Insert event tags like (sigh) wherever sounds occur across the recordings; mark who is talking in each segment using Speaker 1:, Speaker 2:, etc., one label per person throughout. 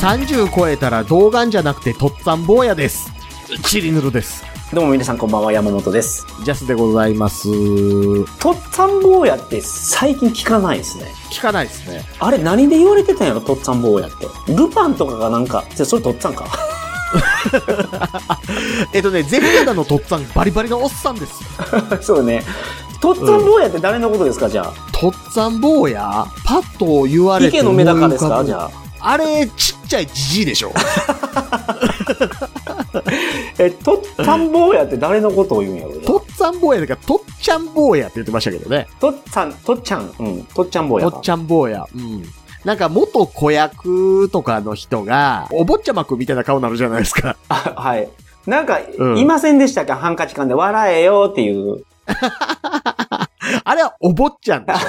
Speaker 1: 30超えたら童顔じゃなくてとっつぁん坊やです。チリヌルです。
Speaker 2: どうも皆さんこんばんは、山本です。
Speaker 1: ジャスでございます。
Speaker 2: とっつぁん坊やって最近聞かないですね。
Speaker 1: 聞かないですね。
Speaker 2: あれ何で言われてたんやろ、とっつぁん坊やって。ルパンとかがなんか、じゃあそれとっつぁんか。 (laughs)
Speaker 1: えっとね、ゼリヤダのとっつぁんバリバリのおっさんです。
Speaker 2: そうね。とっつぁん坊やって誰のことですか、じゃあ。
Speaker 1: とっつぁん坊やパッと言われて
Speaker 2: 池のメダカですか、
Speaker 1: 思い
Speaker 2: じ
Speaker 1: 浮ぶ
Speaker 2: ゃあ。
Speaker 1: あれ、ちっちゃいじじいでしょ。
Speaker 2: え、とっつぁん坊やって誰のことを言うんやろ、じゃあ
Speaker 1: とっつぁん坊やだから、とっちゃん坊やって言ってましたけどね。
Speaker 2: とっつぁん、とっちゃん。うん、とっちゃん坊
Speaker 1: と
Speaker 2: や
Speaker 1: っ
Speaker 2: か
Speaker 1: ち。ゃん坊や。うん。なんか、元子役とかの人が、お坊ちゃまくんみたいな顔になるじゃないですか。
Speaker 2: あはい。なんか、
Speaker 1: うん
Speaker 2: いませんでしたか、ハンカチ感で笑えよっていう、
Speaker 1: あれはお坊ちゃんでしょ。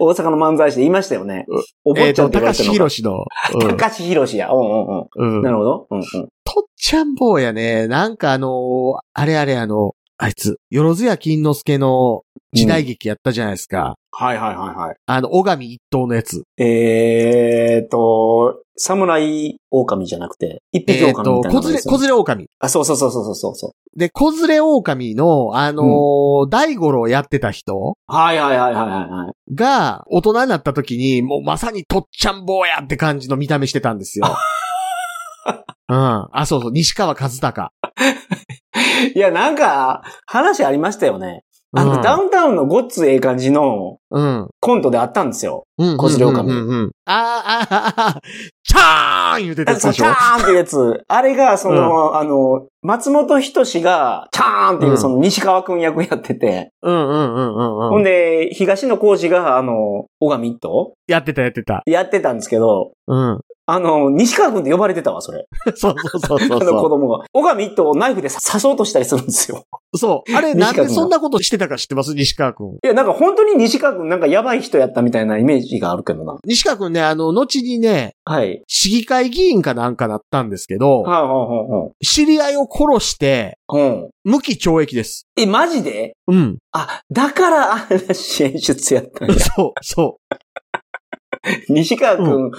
Speaker 2: 大阪の漫才師で言いましたよね
Speaker 1: うん。
Speaker 2: (laughs) お坊
Speaker 1: えっ
Speaker 2: ちゃん
Speaker 1: と、
Speaker 2: って言わ
Speaker 1: 高
Speaker 2: れて
Speaker 1: 橋
Speaker 2: るのか。
Speaker 1: 博士の。うん
Speaker 2: 高橋博士や。うんうん
Speaker 1: う
Speaker 2: (laughs) うんん。なるほど。うんうん。
Speaker 1: とっちゃん坊やね。なんかあのーあれあれあの、あいつ、よろずや金之助の時代劇やったじゃないですか。
Speaker 2: はいはいはいはい。
Speaker 1: あの、小神一党のやつ。
Speaker 2: えーっと、侍狼じゃなくて、一匹
Speaker 1: えっ、
Speaker 2: 狼
Speaker 1: と、
Speaker 2: みたいな
Speaker 1: 小
Speaker 2: ので
Speaker 1: 連れ、
Speaker 2: すよね、
Speaker 1: 小連れ狼。
Speaker 2: あ、そうそうそうそうそうそう。
Speaker 1: で、小連れ狼の、あのー大五郎やってた人
Speaker 2: はいはいはいはいはいはい。
Speaker 1: が、大人になった時に、もうまさにとっちゃん坊やって感じの見た目してたん
Speaker 2: (laughs)
Speaker 1: ですよ。うん。あ、そうそう、西川和孝。
Speaker 2: (laughs) いや、なんか、話ありましたよね。あの、
Speaker 1: うん
Speaker 2: ダウンタウンのごっつええ感じの
Speaker 1: うん。
Speaker 2: コントであったんですよ。
Speaker 1: うん。
Speaker 2: 小連れ狼
Speaker 1: うんうんうんうん。あーあー、あーあー、チャーン言ってたやつ
Speaker 2: そ
Speaker 1: で
Speaker 2: う、
Speaker 1: し
Speaker 2: チ
Speaker 1: ょ
Speaker 2: ャーンってやつ。あれが、その、あの、松本人志が、チャーンっていうう、
Speaker 1: ん
Speaker 2: その、西川くん役やってて、
Speaker 1: うんうんうんうん
Speaker 2: ほ
Speaker 1: うんん。
Speaker 2: で、東野幸治が、あの、小上一斗
Speaker 1: やってたやってた。
Speaker 2: やってたんですけど、
Speaker 1: うん。
Speaker 2: あの、西川くんって呼ばれてたわ、それ。
Speaker 1: (laughs) そうそうそうそ
Speaker 2: あ
Speaker 1: う
Speaker 2: の
Speaker 1: そ
Speaker 2: 子供が。小上一斗をナイフで刺刺そうとしたりするんですよ。 (laughs)
Speaker 1: う。そう。あれ、
Speaker 2: 西
Speaker 1: なん
Speaker 2: 川君
Speaker 1: でそんなことしてたか知ってます西川くん。
Speaker 2: いや、なんか本当に西川くんなんかやばい人やったみたいなイメージがあるけどな。
Speaker 1: 西川くんね、あの、後にね、
Speaker 2: はい。
Speaker 1: 市議会議員かなんかなったんですけど、
Speaker 2: はいは
Speaker 1: 知り合いを殺して、
Speaker 2: いはいはい。うん。
Speaker 1: 無期懲役です。
Speaker 2: え、マジで
Speaker 1: うん。
Speaker 2: あ、だから、あれだし演出やったんや
Speaker 1: (laughs) そう、そ
Speaker 2: 西川く、
Speaker 1: うん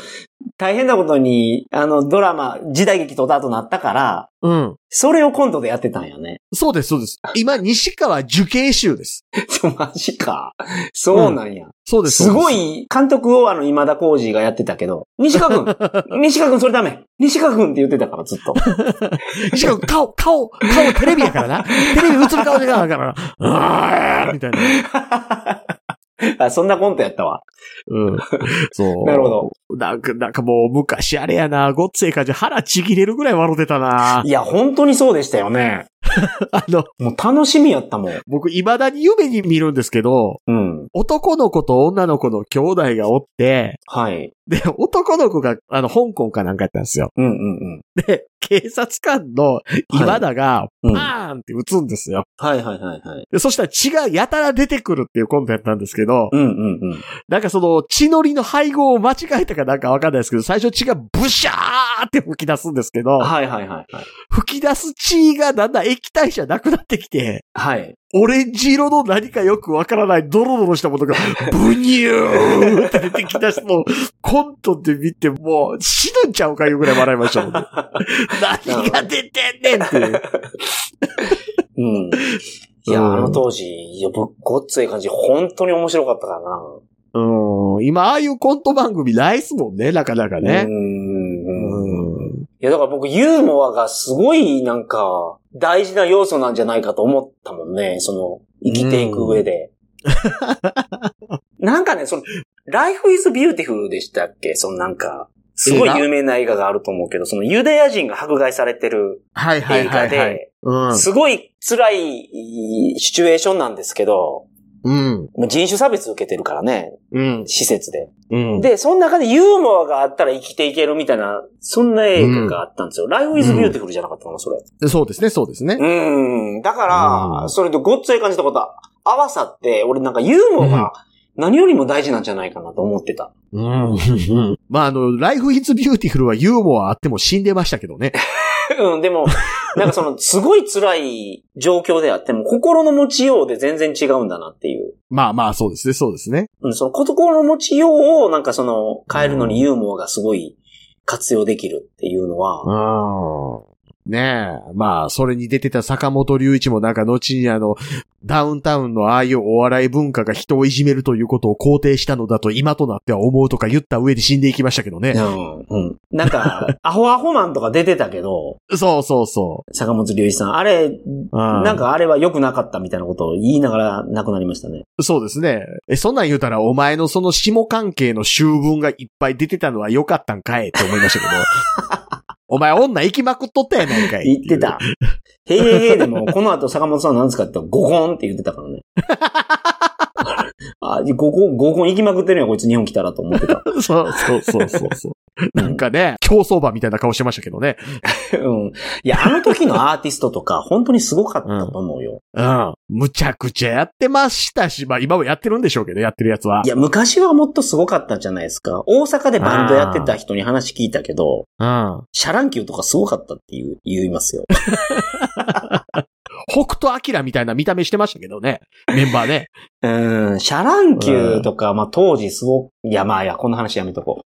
Speaker 2: 大変なことに、あの、ドラマ、時代劇とだとなったから、
Speaker 1: う。うん。
Speaker 2: それをコントでやってたんやね。 (laughs)
Speaker 1: そうです、そうです。今、西川受刑囚です。
Speaker 2: そうマジか。そうなんや。
Speaker 1: そうです。
Speaker 2: すご
Speaker 1: そうで
Speaker 2: い、監督をあの、今田耕司がやってたけど、西
Speaker 1: (laughs)
Speaker 2: 川くん西川くんそれダメ西川くんって言ってたから、ずっと。
Speaker 1: す。西川君、顔、顔、顔、テレビやからな。テレビ映る顔でからな。あーみたいな。
Speaker 2: (laughs) あそんなコントやったわ。
Speaker 1: うん。そう。
Speaker 2: なるほど。
Speaker 1: なんか、なんかもう昔あれやな、ごっつええ感じ、腹ちぎれるぐらい笑ってたな。
Speaker 2: いや、本当にそうでしたよね。
Speaker 1: あの、
Speaker 2: もう楽しみやったもん。
Speaker 1: 僕未だに夢に見るんですけど、
Speaker 2: うん。
Speaker 1: 男の子と女の子の兄弟がおって、
Speaker 2: はい。
Speaker 1: で、男の子が、あの、香港かなんかやったんですよ。
Speaker 2: うんうんうん。
Speaker 1: で、警察官の今田が、
Speaker 2: うん、はい
Speaker 1: パーンって撃つんですよ。
Speaker 2: はいはいはい。
Speaker 1: で、そしたら血がやたら出てくるっていうコントやったんですけど、
Speaker 2: うんうんうん。
Speaker 1: なんかその血のりの配合を間違えたかなんかわかんないですけど、最初血がブシャーって吹き出すんですけど、
Speaker 2: はいはいはいはい。
Speaker 1: 吹き出す血がだんだん液体じゃなくなってきて、
Speaker 2: はい。
Speaker 1: オレンジ色の何かよくわからないドロドロしたも (laughs) のが、ブニューって出てきた人のをコントで見て、もう死ぬんちゃうかいうぐらい笑いましたもん (laughs) ね。何が出てんねんっていう。
Speaker 2: (laughs) うん。いや、
Speaker 1: うん
Speaker 2: あの当時、いや、ぶっごっつい感じ、本当に面白かったからな。
Speaker 1: うん、今、ああいうコント番組ないっすもんね、なかなかね
Speaker 2: う。ん。い
Speaker 1: うん。
Speaker 2: や、だから僕、ユーモアがすごい、なんか、大事な要素なんじゃないかと思ったもんね。その、生きていく上で。なんかね、その、Life is Beautiful でしたっけそのなんか、すご
Speaker 1: 映
Speaker 2: い
Speaker 1: 画
Speaker 2: 有名な映画があると思うけど、そのユダヤ人が迫害されてる
Speaker 1: はいは
Speaker 2: 映
Speaker 1: いは
Speaker 2: 画
Speaker 1: い、はい。
Speaker 2: で、
Speaker 1: うん。
Speaker 2: すごい辛いシチュエーションなんですけど、
Speaker 1: うん。
Speaker 2: まあ人種差別受けてるからね、
Speaker 1: うん。
Speaker 2: 施設で。
Speaker 1: うん。
Speaker 2: で、その中でユーモアがあったら生きていけるみたいな、そんな映画があったんですよ。Life is Beautiful じゃなかったかな、それ。
Speaker 1: そうですね、そうですね。
Speaker 2: うん。だか
Speaker 1: う
Speaker 2: ら、
Speaker 1: ん
Speaker 2: それとごっつい感じたこと合わさって、俺なんかユーモアが何よりも大事なんじゃないかなと思ってた。 (laughs)
Speaker 1: うん。まあ、あの、ライフイズビューティフルはユーモアあっても死んでましたけどね。
Speaker 2: うん、でも、なんかその、すごい辛い状況であっても、心の持ちようで全然違うんだなっていう。
Speaker 1: まあまあ、そうですね、そうですね。
Speaker 2: うん、その心の持ちようを、なんかその、変えるのにユーモアがすごい活用できるっていうのは、
Speaker 1: うん。ねえ。まあ、それに出てた坂本隆一もなんか後にあの、ダウンタウンのああいうお笑い文化が人をいじめるということを肯定したのだと今となっては思うとか言った上で死んでいきましたけどね
Speaker 2: う。ん、うん。なん (laughs) か、アホアホマンとか出てたけど、
Speaker 1: そうそうそ
Speaker 2: 坂本龍一さん。あれ、
Speaker 1: う。うん
Speaker 2: なんかあれは良くなかったみたいなことを言いながら亡くなりましたね。
Speaker 1: そうですね。え、そんなん言うたら、お前のその下関係の修文がいっぱい出てたのは良かったんかいって思いましたけど。 (laughs) お前女行きまくっとったやないかい
Speaker 2: 言って。た。 (laughs) へいへいへいでも、この後坂本さんは何ですかって言ったら、ゴコンって言ってたから (laughs) ね。あ、ゴコン、ゴコン行きまくってるよ、こいつ日本来たらと思ってた。
Speaker 1: そうそうそうそうそう。なんかね、競走馬みたいな顔してましたけどね。
Speaker 2: うん。いや、あの時のアーティストとか、本当にすごかったと思うよ。
Speaker 1: うん。むちゃくちゃやってましたし、まあ今もやってるんでしょうけど、やってるやつは。
Speaker 2: いや、昔はもっとすごかったんじゃないですか。大阪でバンドやってた人に話聞いたけど、
Speaker 1: うん。
Speaker 2: シャランキューとかすごかったって言う、言いますよ。
Speaker 1: 北斗晶みたいな見た目してましたけどね。メンバーね。
Speaker 2: (laughs) うん、シャランキューとか、まあ当時すごく、いやまあいや、この話やめとこ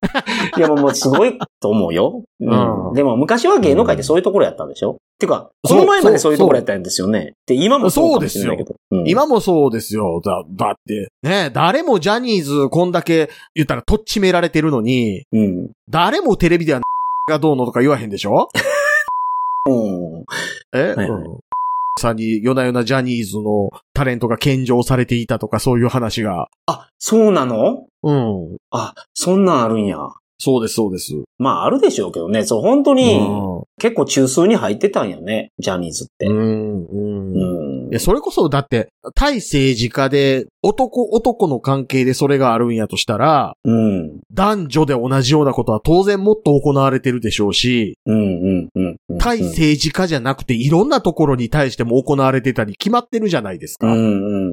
Speaker 2: (laughs) う。いやもうもうすごいと思うよ。うん。
Speaker 1: うん
Speaker 2: でも昔は芸能界ってそういうところやったんでしょ、てか、この前までそういうところやったんですよね。で、今もそうかもしれないけど。うん
Speaker 1: 今もそうですよ。だ、だって。ね誰もジャニーズこんだけ言ったらとっちめられてるのに、
Speaker 2: うん。
Speaker 1: 誰もテレビではがどうのとか言わへんでしょ
Speaker 2: うん。
Speaker 1: え、
Speaker 2: はいはい
Speaker 1: うんさんに夜な夜なジャニーズのタレントが献上されていたとかそういう話が。
Speaker 2: あ、そうなの
Speaker 1: うん。
Speaker 2: あ、そんなんあるんや。
Speaker 1: そうです、そうです。
Speaker 2: まああるでしょうけどね。そう、本当
Speaker 1: う
Speaker 2: に、
Speaker 1: ん。
Speaker 2: 結構中枢に入ってたんやね。ジャニーズって。
Speaker 1: うん。
Speaker 2: う
Speaker 1: うん。
Speaker 2: ん。
Speaker 1: いや、それこそだって、対政治家で男男の関係でそれがあるんやとしたら、
Speaker 2: うん。
Speaker 1: 男女で同じようなことは当然もっと行われてるでしょうし、
Speaker 2: うん。うん。うん。うん
Speaker 1: 対政治家じゃなくていろんなところに対しても行われてたに決まってるじゃないです
Speaker 2: う
Speaker 1: か。
Speaker 2: ん。うん。う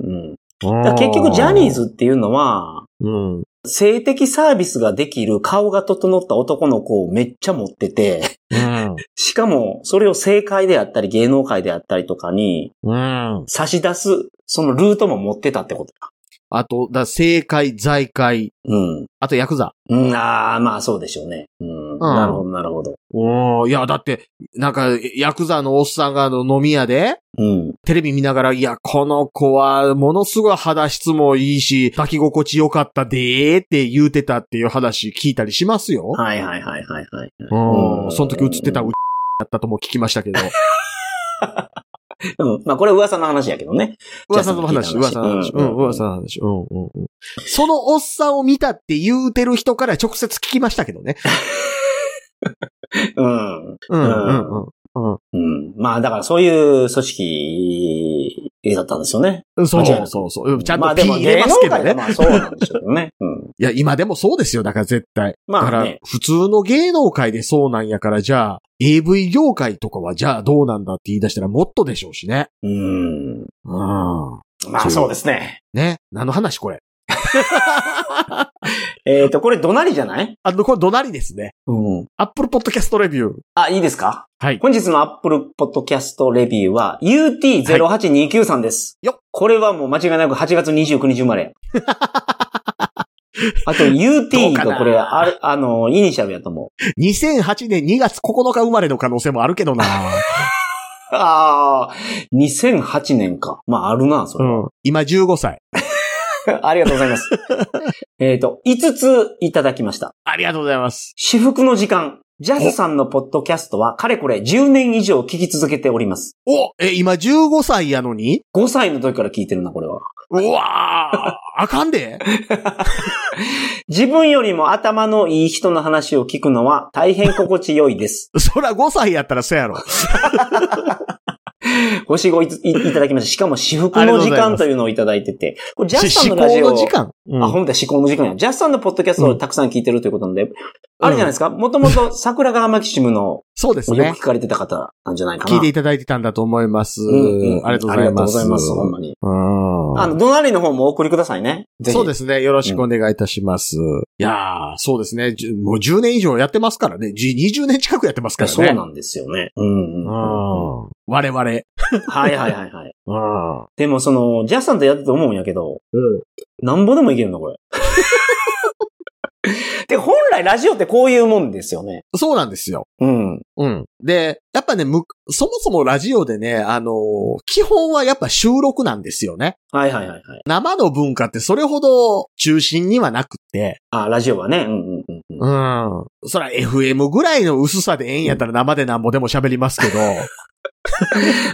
Speaker 2: ん。だから結局ジャニーズっていうのは、
Speaker 1: うん。
Speaker 2: 性的サービスができる顔が整った男の子をめっちゃ持ってて、 (laughs)
Speaker 1: うん。
Speaker 2: しかもそれを政界であったり芸能界であったりとかに
Speaker 1: うん。
Speaker 2: 差し出す、そのルートも持ってたってことか。
Speaker 1: あと、だ政界、財界、
Speaker 2: うん。
Speaker 1: あとヤクザ。
Speaker 2: うん、ああ、まあそうでしょうね。うん。なるほど、なるほど。
Speaker 1: おーいや、だって、なんか、ヤクザのおっさんがあの飲み屋で、
Speaker 2: うん。
Speaker 1: テレビ見ながら、いや、この子は、ものすごい肌質もいいし、抱き心地良かったでーって言うてたっていう話聞いたりしますよ。
Speaker 2: はいはいはいはいはい。
Speaker 1: うん。その時映ってたうちだったとも聞きましたけど。
Speaker 2: うん。まあこれ噂の話やけどね。
Speaker 1: (laughs) 噂の話、
Speaker 2: じゃあ
Speaker 1: 噂
Speaker 2: そ
Speaker 1: の
Speaker 2: の
Speaker 1: 話。
Speaker 2: 聞いた話
Speaker 1: うん、噂の話。うん、うん、うん。そのおっさんを見たって言うてる人から直接聞きましたけどね。
Speaker 2: うん。
Speaker 1: うん、うん、うん。
Speaker 2: うん。まあだからそういう組織だったんですよね。
Speaker 1: そう
Speaker 2: 間違いなく
Speaker 1: そうそう。ちゃん
Speaker 2: まあ
Speaker 1: と
Speaker 2: で
Speaker 1: P
Speaker 2: も
Speaker 1: 入れますけどね。
Speaker 2: 芸能界はまあそうなんでしょうけど
Speaker 1: (laughs)
Speaker 2: ね。うん。
Speaker 1: いや、今でもそうですよ。だから絶対。だ
Speaker 2: ま
Speaker 1: か
Speaker 2: あ
Speaker 1: ら
Speaker 2: ね。、
Speaker 1: 普通の芸能界でそうなんやから、じゃあ、AV 業界とかは、じゃあどうなんだって言い出したらもっとでしょうしね。
Speaker 2: うん。
Speaker 1: うん。
Speaker 2: まあそうですね。
Speaker 1: ね。何の話これ。
Speaker 2: えっ、と、これ、どなりじゃない
Speaker 1: あの、これ、怒鳴りですね。
Speaker 2: うん。
Speaker 1: Apple Podcast レビュー。
Speaker 2: あ、いいですか
Speaker 1: はい。
Speaker 2: 本日の Apple Podcast レビューは UT08293 さんです。
Speaker 1: よっ
Speaker 2: これはもう間違いなく8月29日生ま
Speaker 1: (laughs)
Speaker 2: れ。あと UT がこ
Speaker 1: どうか
Speaker 2: れ、
Speaker 1: な
Speaker 2: あれ、あの、イニシャルやと思う。
Speaker 1: 2008年2月9日生まれの可能性もあるけど
Speaker 2: (laughs)
Speaker 1: な。
Speaker 2: ああ、2008年か。まああるな、それ。
Speaker 1: うん。今15歳。
Speaker 2: (laughs) ありがとうございます。えっと、5ついただきました。
Speaker 1: ありがとうございます。
Speaker 2: 私服の時間。ジャスさんのポッドキャストは、かれこれ10年以上聞き続けております。
Speaker 1: おえ、今15歳やのに
Speaker 2: 5歳の時から聞いてるな、これは。
Speaker 1: うわーあかんで
Speaker 2: 自分よりも頭のいい人の話を聞くのは大変心地よいです。
Speaker 1: そら5歳やったらそうやろ。
Speaker 2: 星5いいいただきました。しかも私服
Speaker 1: ありが
Speaker 2: の
Speaker 1: とう
Speaker 2: 時
Speaker 1: ござい
Speaker 2: 間
Speaker 1: ます
Speaker 2: というのをいただいてて、これジャス
Speaker 1: し
Speaker 2: さん
Speaker 1: 思
Speaker 2: の
Speaker 1: 考
Speaker 2: ラジオ
Speaker 1: の時間。うん
Speaker 2: あ、本当は思考の時間や。ジャスさんのポッドキャストをたくさん聞いてるということなんで、あれじゃないですか、もと
Speaker 1: (laughs)
Speaker 2: もと桜川マキシムの
Speaker 1: そうです
Speaker 2: をよ
Speaker 1: ね
Speaker 2: く聞。かれてた方なんじゃないかな。
Speaker 1: 聞いていただいてたんだと思います。
Speaker 2: うんん
Speaker 1: ありがとうございます。
Speaker 2: ありがとうございます、ほんまに。
Speaker 1: うん
Speaker 2: あの、どなりの方もお送りくださいね。ぜひ
Speaker 1: そうですね。よろしくお願いいたします。いやー、そうですね。じゅもう10年以上やってますからね。じ20年近くやってますからね。
Speaker 2: そうなんですよね。うんうん
Speaker 1: うん
Speaker 2: うん。
Speaker 1: 我々。
Speaker 2: はいはいはいはい。
Speaker 1: うん
Speaker 2: でもその、ジャスさんとやってて思うんやけど、なんぼでもいけるの、これ。 (laughs) で、本来ラジオってこういうもんですよね。
Speaker 1: そうなんですよ。
Speaker 2: うん。
Speaker 1: うん。で、やっぱね、む、そもそもラジオでね、あのー基本はやっぱ収録なんですよね。
Speaker 2: はいはいはいはい。
Speaker 1: 生の文化ってそれほど中心にはなくって。
Speaker 2: あ、ラジオはね。うんうんうんうん。
Speaker 1: ん。そら FM ぐらいの薄さでええんやったら生でなんぼでも喋りますけ
Speaker 2: (laughs)
Speaker 1: ど。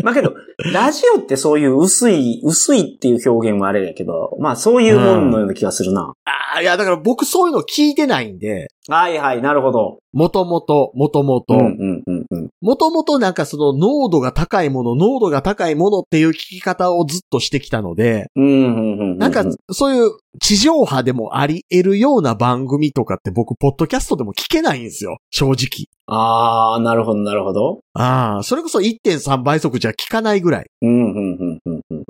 Speaker 2: まあけど、ラジオってそういう薄い、薄いっていう表現はあれやけど、まあそういうもんのような気がするな。
Speaker 1: ああ、いや、だから僕そういうの聞いてないんで、
Speaker 2: はいはい、なるほど。
Speaker 1: もともと、もとも
Speaker 2: う
Speaker 1: と
Speaker 2: んう、んうんうん。
Speaker 1: もともとなんかその濃度が高いもの、濃度が高いものっていう聞き方をずっとしてきたので、
Speaker 2: うんうんうんう。
Speaker 1: なんかそういう地上波でもあり得るような番組とかって僕、ポッドキャストでも聞けないんですよ、正直。
Speaker 2: ああ、なるほどなるほど。
Speaker 1: ああ、それこそ1.3倍速じゃ聞かないぐらい。
Speaker 2: うんうんうんうんうん。
Speaker 1: うん。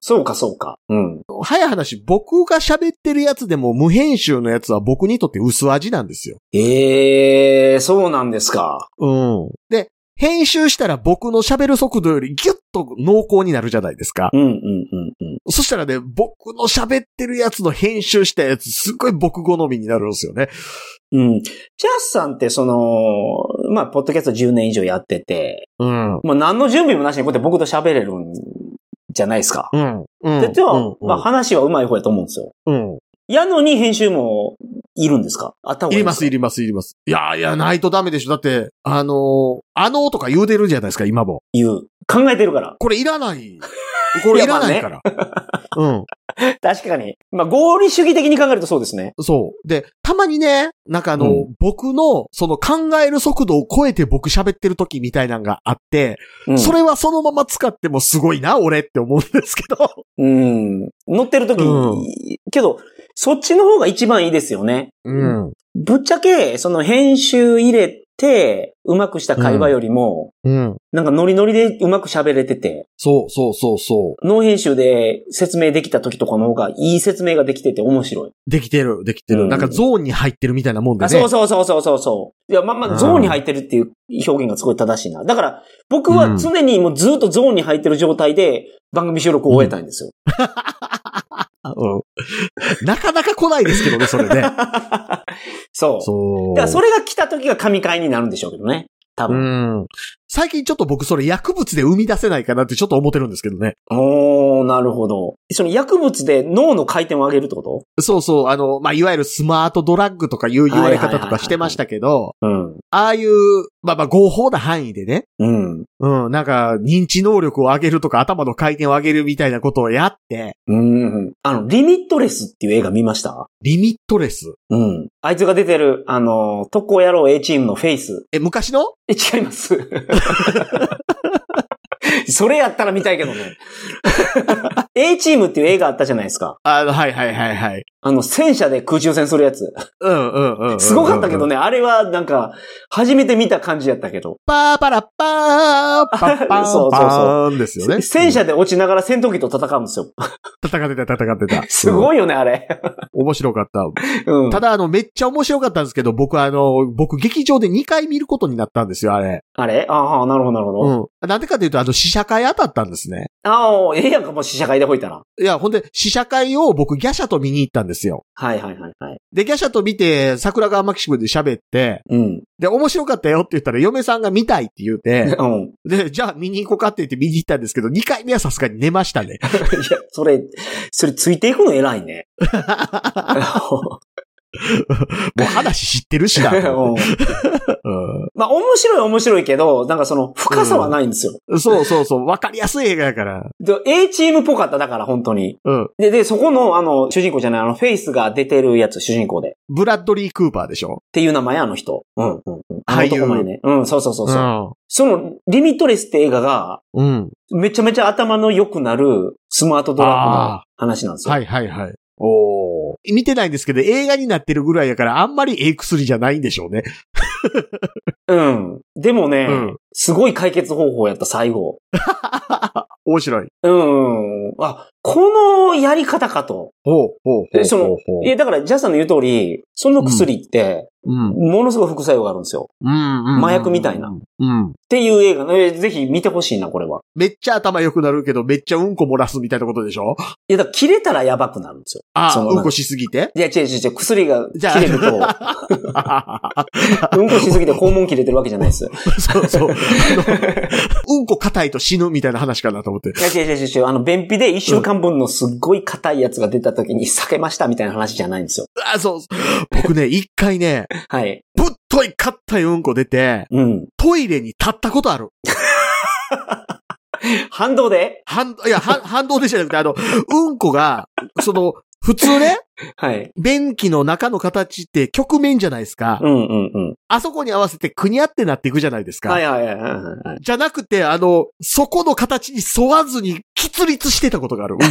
Speaker 2: そうかそうか。うん。
Speaker 1: 早い話、僕が喋ってるやつでも無編集のやつは僕にとって薄味なんですよ。
Speaker 2: ええー、そうなんですか。
Speaker 1: うん。で、編集したら僕の喋る速度よりギュッと濃厚になるじゃないですか。
Speaker 2: うんうんうんうん。
Speaker 1: そしたらね、僕の喋ってるやつの編集したやつ、すっごい僕好みになるんですよね。
Speaker 2: うん。ジャスさんってその、まあ、ポッドキャスト10年以上やってて、
Speaker 1: うん。
Speaker 2: もう何の準備もなしにこうやって僕と喋れるんじゃないですか。
Speaker 1: うん。うん。
Speaker 2: で、では、
Speaker 1: うん
Speaker 2: まあ、話は上手い方やと思うんですよ。
Speaker 1: うん。
Speaker 2: やのに編集もいるんですかあった方
Speaker 1: い
Speaker 2: が
Speaker 1: り
Speaker 2: いいんで
Speaker 1: ます、
Speaker 2: す
Speaker 1: いります、いります。いやいや、ないとダメでしょ。だって、あのーあのーとか言うてるじゃないですか、今も。
Speaker 2: 言う。考えてるから。
Speaker 1: これいらない。これいらないから。 (laughs) うん。
Speaker 2: (laughs) 確かに。まあ、合理主義的に考えるとそうですね。
Speaker 1: そう。で、たまにね、なんかあの、
Speaker 2: う
Speaker 1: 僕の、その考える速度を超えて僕喋ってる時みたいなのがあって、
Speaker 2: うん、
Speaker 1: それはそのまま使ってもすごいな、俺って思うんですけど。
Speaker 2: うん。乗ってる時、
Speaker 1: う
Speaker 2: けど、そっちの方が一番いいですよね。
Speaker 1: うん。
Speaker 2: ぶっちゃけ、その編集入れて、うまくした会話よりも、
Speaker 1: うん。
Speaker 2: なんかノリノリでうまく喋れてて、
Speaker 1: そうそうそうそ
Speaker 2: ノー編集で説明できた時とかの方がいい説明ができてて面白い。
Speaker 1: う。できてる、できてる。
Speaker 2: うん
Speaker 1: なんかゾーンに入ってるみたいなもんで
Speaker 2: あ
Speaker 1: ね。
Speaker 2: そうそうそうそうそうそう。いや、まあま
Speaker 1: う
Speaker 2: あ、
Speaker 1: ん
Speaker 2: ゾーンに入ってるっていう表現がすごい正しいな。だから、僕は常にもうずっとゾーンに入ってる状態で番組収録を終えたいんですよ。
Speaker 1: うんなかなか来ないですけどね、それね。
Speaker 2: (laughs) そう。
Speaker 1: そう。
Speaker 2: だからそれが来た時が神回になるんでしょうけどね。多
Speaker 1: う
Speaker 2: 分。
Speaker 1: ん。最近ちょっと僕それ薬物で生み出せないかなってちょっと思ってるんですけどね。
Speaker 2: おー、なるほど。その薬物で脳の回転を上げるってこと
Speaker 1: そうそう、あの、まあ、いわゆるスマートドラッグとかいう言われ方とかしてましたけど、
Speaker 2: うん。
Speaker 1: ああいう、まあまあ合法な範囲でね、
Speaker 2: うん。
Speaker 1: うん、なんか認知能力を上げるとか頭の回転を上げるみたいなことをやって、
Speaker 2: うん。あの、リミットレスっていう映画見ました
Speaker 1: リミットレス。
Speaker 2: うん。あいつが出てる、あの、特攻野郎 A チームのフェイス。
Speaker 1: え、昔の
Speaker 2: え、違います。 (laughs) それやったら見たいけどね。A チームっていう映画あったじゃないですか。
Speaker 1: あの、はいはいはいはい。
Speaker 2: あの、戦車で空中戦するやつ。
Speaker 1: うんうんうんうん、うん。
Speaker 2: すごかったけど
Speaker 1: ね。
Speaker 2: ね、あれはなんか、初めて見た感じやったけど。
Speaker 1: パーパラッパー、パッパ
Speaker 2: そ
Speaker 1: ーン
Speaker 2: (laughs) うそうそう
Speaker 1: パーンですよね。
Speaker 2: 戦車で落ちながら戦闘機と戦うんですよ。
Speaker 1: 戦ってた、戦ってた。
Speaker 2: (laughs) す
Speaker 1: うん
Speaker 2: ごいよね、あれ。
Speaker 1: 面白かった。
Speaker 2: うん。
Speaker 1: ただ、あの、めっちゃ面白かったんですけど、僕、あの、僕、劇場で2回見ることになったんですよ、あれ。
Speaker 2: あれああ、なるほど、なるほど。
Speaker 1: うん。なんでかというと、あの、試写会当たったんですね。
Speaker 2: ああ、ええやんか、もう試写会でほいたら。
Speaker 1: いや、ほんで、試写会を僕、ギャシャと見に行ったんですよ。
Speaker 2: はいはいはいはい。
Speaker 1: で、ギャシャと見て、桜川マキシムで喋って、
Speaker 2: うん。
Speaker 1: で、面白かったよって言ったら、嫁さんが見たいって言うて、
Speaker 2: (laughs) うん。
Speaker 1: で、じゃあ見に行こうかって言って見に行ったんですけど、2回目はさすがに寝ましたね。
Speaker 2: いや、それ、それついていくの偉いね。
Speaker 1: もう話知ってるし
Speaker 2: (laughs)
Speaker 1: な。
Speaker 2: うん
Speaker 1: う
Speaker 2: まあ、面白いは面白いけど、なんかその、深さはないんですよ。
Speaker 1: ん、そうそうそう、わかりやすい映画やから。
Speaker 2: で、A チームっぽかった、だから、本当に。
Speaker 1: うん。
Speaker 2: で、で、そこの、あの、主人公じゃない、あの、フェイスが出てるやつ、主人公で。っ
Speaker 1: ブラッドリー・クーパーでしょ。
Speaker 2: ていう名前、あの人。うん、うん、うん。あの
Speaker 1: 俳優
Speaker 2: 男前ね。うん、そうそうそうそう。その、リミットレスって映画が、
Speaker 1: うん。うん。
Speaker 2: めちゃめちゃ頭の良くなるスマートドラッグの話なんですよ。
Speaker 1: はいはいはい。お見てないんですけど、映画になってるぐらいやから、あんまりええ薬じゃないんでしょうね。
Speaker 2: うん。でもね、
Speaker 1: うん
Speaker 2: すごい解決方法やった、最後。
Speaker 1: 面白い。
Speaker 2: うん、うん。あ、このやり方かと。
Speaker 1: ほう、ほう、ほう。
Speaker 2: でその
Speaker 1: ほうほう
Speaker 2: いや、だから、ジャスさんの言う通り、その薬って、
Speaker 1: うん。
Speaker 2: ものすごい副作用があるんですよ。
Speaker 1: うんうん。
Speaker 2: 麻薬みたいな。
Speaker 1: うん。
Speaker 2: っていう映画、えぜひ見てほしいな、これは。
Speaker 1: めっちゃ頭良くなるけど、めっちゃうんこ漏らすみたいなことでしょ
Speaker 2: いや、だから切れたらやばくなるんですよ。
Speaker 1: ああ、
Speaker 2: そう
Speaker 1: うんこしすぎ
Speaker 2: (laughs)
Speaker 1: て
Speaker 2: いや、違う違う違う、薬が
Speaker 1: じゃあ
Speaker 2: 切れると、うんこしすぎて肛門切れてるわけじゃないです。い
Speaker 1: そうそう。あのうんこ硬いと死ぬみたいな話かなと思って。
Speaker 2: や、違う違う違う、あの、便秘で一週間分のすっごい硬いやつが出た時に避けましたみたいな話じゃないんですよ。
Speaker 1: あ、そう。僕ね、一回ね、
Speaker 2: はい。
Speaker 1: ぶっとい硬いうんこ出て、
Speaker 2: うん。
Speaker 1: トイレに立ったことある。
Speaker 2: 反動で
Speaker 1: 反、いや、
Speaker 2: (laughs)
Speaker 1: 反反動でじゃなくて、あの、うんこが、その、普通ね、
Speaker 2: はい。
Speaker 1: 便器の中の形って曲面じゃないですか。
Speaker 2: うんうんうん。
Speaker 1: あそこに合わせてくにゃってなっていくじゃないですか。
Speaker 2: はいはいはいはいはい。
Speaker 1: じゃなくて、あの、そこの形に沿わずに、喫立してたことがある、うん
Speaker 2: (laughs)
Speaker 1: こ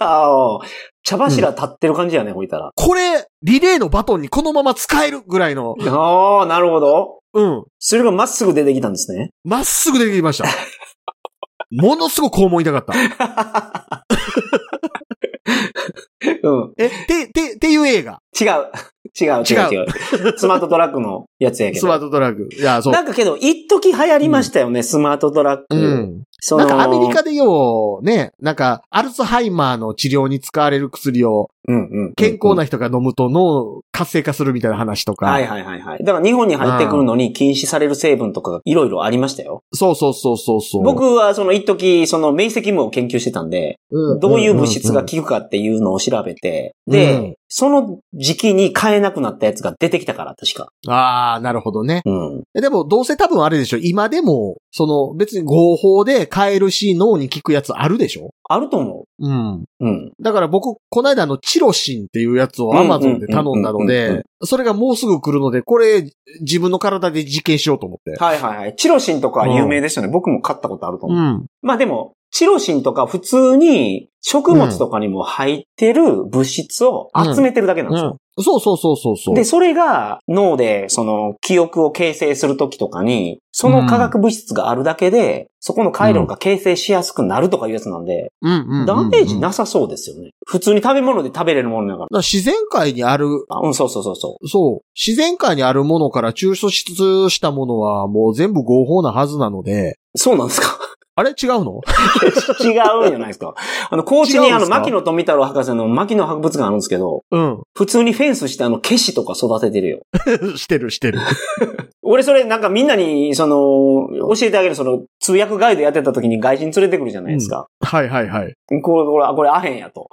Speaker 1: が。
Speaker 2: ああ、茶柱立ってる感じやね、ほいたら。
Speaker 1: これ、リレーのバトンにこのまま使えるぐらいの、
Speaker 2: ああ、なるほど。
Speaker 1: うん、
Speaker 2: それがまっすぐ出てきたんです
Speaker 1: (laughs)
Speaker 2: ね。
Speaker 1: まっすぐ出てきました。ものすごく肛門痛かった。
Speaker 2: うん。
Speaker 1: え、て、て、っていう映画。
Speaker 2: 違う。違う、違う、違う。スマートトラックのやつやけ
Speaker 1: スマー
Speaker 2: ど。
Speaker 1: トドラッグ。いや、そう。
Speaker 2: なんかけど、一時流行りましたよね、スマートトラック。
Speaker 1: うん。
Speaker 2: そ
Speaker 1: な
Speaker 2: の
Speaker 1: んかアメリカでよう、ね、なんか、アルツハイマーの治療に使われる薬を、
Speaker 2: うんうんうん
Speaker 1: 健康な人が飲むと脳活性化するみたいな話とか。
Speaker 2: はいはいはいはい。だから日本に入ってくるのに禁止される成分とかがいろいろありましたよ。
Speaker 1: そうそうそうそうそう。
Speaker 2: 僕はその一時その明晰夢を研究してたんで、
Speaker 1: うん、
Speaker 2: どういう物質が効くかっていうのを調べて、で、
Speaker 1: うん
Speaker 2: その時期に買えなくなったやつが出てきたから、確か。
Speaker 1: うんああ、なるほどね。
Speaker 2: うん。
Speaker 1: えでも、どうせ多分あれでしょ。今でも、その、別に合法で買えるし、脳に効くやつあるでしょ
Speaker 2: あると思
Speaker 1: うん。
Speaker 2: う。うん。
Speaker 1: だから僕、この間あの、チロシンっていうやつをアマゾンで頼んだの
Speaker 2: うんうんうんうん
Speaker 1: で、それがもうすぐ来るので、これ、自分の体で実験しようと思って。
Speaker 2: はいはいはい。チロシンとか有名ですよね。僕も買ったことあると思う。
Speaker 1: ん。
Speaker 2: まあでも、チロシンとか普通に食物とかにも入ってる物質を集めてるだけなんですよ。
Speaker 1: うん。そうそうそうそうそう。
Speaker 2: で、それが脳で、その、記憶を形成するときとかに、その化学物質があるだけで、そこの回路が形成しやすくなるとかいうやつなんで、
Speaker 1: うんうんうんうん
Speaker 2: ダメージなさそうですよね。普通に食べ物で食べれるものだか
Speaker 1: だから自然界にある、
Speaker 2: ら。あうん、そうそうそうそう。
Speaker 1: そう、自然界にあるものから抽出したものはもう全部合法なはずなので、
Speaker 2: そうなんですか
Speaker 1: (laughs) あれ違
Speaker 2: (laughs)
Speaker 1: うの
Speaker 2: 違うんじゃないですか。あの、高知
Speaker 1: 違
Speaker 2: に
Speaker 1: うん
Speaker 2: あ
Speaker 1: で
Speaker 2: の、
Speaker 1: すか
Speaker 2: 牧野富太郎博士の牧野博物館あるんですけど、
Speaker 1: う
Speaker 2: 普通にフェンスしてあの、ケシとか育ててるよ。
Speaker 1: ん。 (laughs) してる
Speaker 2: (laughs)
Speaker 1: してる。
Speaker 2: 俺それなんかみんなに、その、教えてあげる、その、通訳ガイドやってた時に外人連れてくるじゃないですか。
Speaker 1: はいはいはい。
Speaker 2: これ、これ、あこれアヘンや
Speaker 1: (laughs)
Speaker 2: と。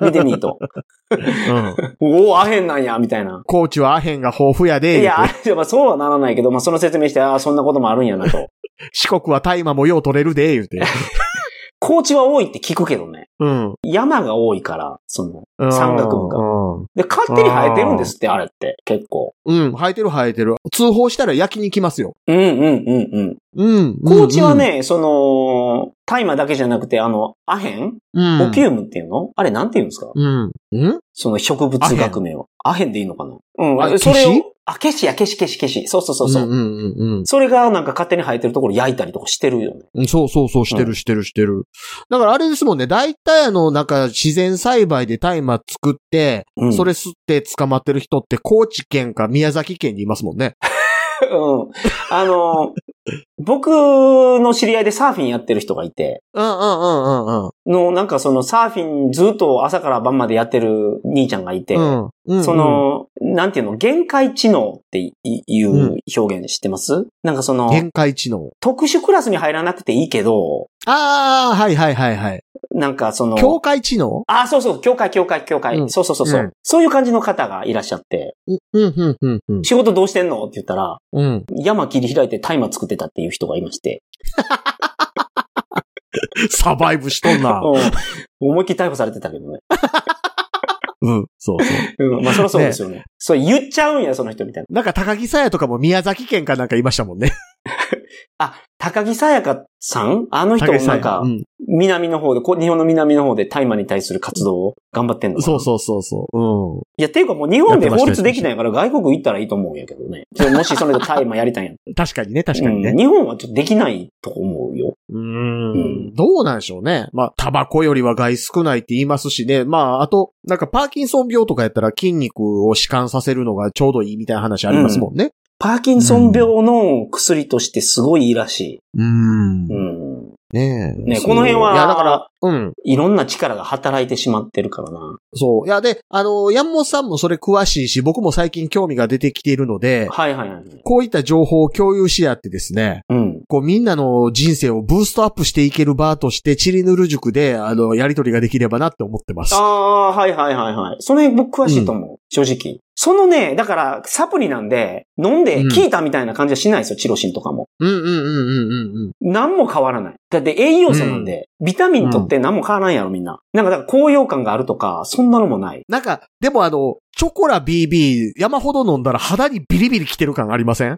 Speaker 2: 見てみいと。
Speaker 1: うん。
Speaker 2: おお、アヘンなんや、みたいな。
Speaker 1: 高知はアヘンが豊富やで、
Speaker 2: いや、
Speaker 1: 言
Speaker 2: あ
Speaker 1: うて
Speaker 2: れまあそうはならないけど、まあ、その説明して、ああ、そんなこともあるんやなと。
Speaker 1: 四国は大麻もよう取れるで、言う
Speaker 2: (laughs)
Speaker 1: て。
Speaker 2: 高知は多いって聞くけどね。
Speaker 1: うん。
Speaker 2: 山が多いから、その、
Speaker 1: うん
Speaker 2: 山岳部が
Speaker 1: うん
Speaker 2: で、勝手に生えてるんですって、あれって、結構。
Speaker 1: うん、生えてる生えてる。通報したら焼きに来ますよ。
Speaker 2: うんうんうんうん。
Speaker 1: うん。
Speaker 2: 高知は、ね、その、大麻だけじゃなくて、あの、アヘン
Speaker 1: うん。
Speaker 2: オピウムっていうの、あれなんて言うんですか
Speaker 1: うん。うん
Speaker 2: その植物学名を。アヘンでいいのかなうん。
Speaker 1: あ
Speaker 2: そ
Speaker 1: ケ
Speaker 2: れ
Speaker 1: シ
Speaker 2: を、あ、ケシや、ケシケシケシ。そうそうそうそう。
Speaker 1: うんうんうんうん
Speaker 2: それがなんか勝手に生えてるところ焼いたりとかしてるよね。
Speaker 1: うんそうそうそう、して
Speaker 2: う
Speaker 1: るしてるしてる。だからあれですもんね、大体あの、なんか自然栽培で大麻作って、
Speaker 2: うん
Speaker 1: それ吸って捕まってる人って高知県か宮崎県にいますもん
Speaker 2: (laughs)
Speaker 1: ね。
Speaker 2: (laughs) うん。あの、僕の知り合いでサーフィンやってる人がいて、
Speaker 1: うんうんうんうんうん。
Speaker 2: の、なんかそのサーフィンずっと朝から晩までやってる兄ちゃんがいて、
Speaker 1: うんうんうん
Speaker 2: そ、の、なんていうの、限界知能っていいう表現知ってます、なんかその、
Speaker 1: 限界知能。
Speaker 2: 特殊クラスに入らなくていいけど、
Speaker 1: ああ、はいはいはいはい。
Speaker 2: なんかその、
Speaker 1: 境界知能
Speaker 2: あ、そうそう、教会、教会、教会。
Speaker 1: うん
Speaker 2: そうそうそうそう、
Speaker 1: うん
Speaker 2: そういう感じの方がいらっしゃって、
Speaker 1: うん、うん、うん、うん。
Speaker 2: 仕事どうしてんのって言ったら、
Speaker 1: うん。
Speaker 2: 山切り開いて大麻作ってたっていう人がいまして、
Speaker 1: サバイブしとんな。
Speaker 2: うん思いっきり逮捕されてたけどね。
Speaker 1: うん、そうそう。
Speaker 2: うん、まあそりゃそうですよね。そう言っちゃうんや、その人みたいな。
Speaker 1: なんか高木さやとかも宮崎県 (laughs) かなんかいましたもんね。
Speaker 2: あ、高木さやかさんあの人も
Speaker 1: 高木さ
Speaker 2: なん
Speaker 1: や。
Speaker 2: か
Speaker 1: う、ん
Speaker 2: 南の方で、こ日本の南の方で大麻に対する活動を頑張ってんのかな
Speaker 1: そうそうそうそう。
Speaker 2: いや、ていうかもう日本で法律できないから外国行ったらいいと思うんやけどね。ちょもしそれで大麻やりたいんやった
Speaker 1: うん。確かにね、 (laughs) 確
Speaker 2: ら
Speaker 1: かに
Speaker 2: うん
Speaker 1: ね。
Speaker 2: 日本はちょっとできないと思うよ。
Speaker 1: うー
Speaker 2: うん
Speaker 1: ん。どうなんでしょうね。まあ、タバコよりは害少ないって言いますしね。まあ、あと、なんかパーキンソン病とかやったら筋肉を弛緩させるのがちょうどいいみたいな話ありますもんね。
Speaker 2: パーキンソン病の薬としてすごいいいらし
Speaker 1: うーん
Speaker 2: い。うん。
Speaker 1: ねえ。
Speaker 2: ね、
Speaker 1: そう
Speaker 2: この辺はい
Speaker 1: や、だから、、うん。
Speaker 2: いろんな力が働いてしまってるからな。
Speaker 1: そう。いや、で、あの、山本さんもそれ詳しいし、僕も最近興味が出てきているので、
Speaker 2: はいはいはい。
Speaker 1: こういった情報を共有し合ってですね、
Speaker 2: うん。
Speaker 1: こうみんなの人生をブーストアップしていける場として、チリヌル塾で、あの、やりとりができればなって思ってます
Speaker 2: あ。あ、はいはいはいはい。それ僕詳しいと思う。正直。そのね、だからサプリなんで、飲んで
Speaker 1: うん
Speaker 2: 効いたみたいな感じはしないですよ、チロシンとかも。
Speaker 1: うんうんうんうんうんうん。
Speaker 2: 何も変わらない。だって栄養素なんで、ビタミンとって何も変わらんやろ、みんな。なんか、だから高揚感があるとか、そんなのもない。
Speaker 1: なんか、でもあの、チョコラ BB、山ほど飲んだら肌にビリビリ来てる感ありませ
Speaker 2: (laughs)
Speaker 1: ん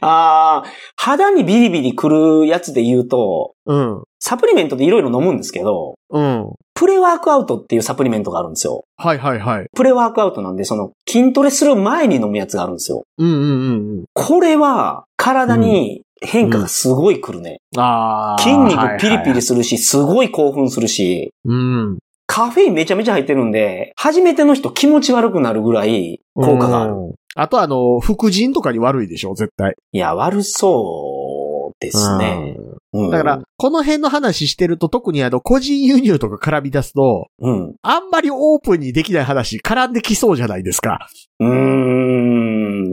Speaker 2: あー、肌にビリビリくるやつで言うと、
Speaker 1: うん。
Speaker 2: サプリメントでいろいろ飲むんですけど、
Speaker 1: うん。
Speaker 2: プレワークアウトっていうサプリメントがあるんですよ。
Speaker 1: はいはいはい。
Speaker 2: プレワークアウトなんで、その、筋トレする前に飲むやつがあるんですよ。
Speaker 1: うんうんうんうん。
Speaker 2: これは、体に変化がすごいくるね。
Speaker 1: あー
Speaker 2: 筋肉ピリ
Speaker 1: はいは
Speaker 2: ピ
Speaker 1: い
Speaker 2: リするし、すごい興奮するし、
Speaker 1: うん。
Speaker 2: カフェインめちゃめちゃ入ってるんで、初めての人気持ち悪くなるぐらい効果がある。
Speaker 1: うん。あとあの、副腎とかに悪いでしょ、絶対。
Speaker 2: いや、悪そうですね。うん
Speaker 1: だから、、この辺の話してると特にあの、個人輸入とか絡み出すと、
Speaker 2: うん。
Speaker 1: あんまりオープンにできない話絡んできそうじゃないですか。 (laughs)
Speaker 2: うーん。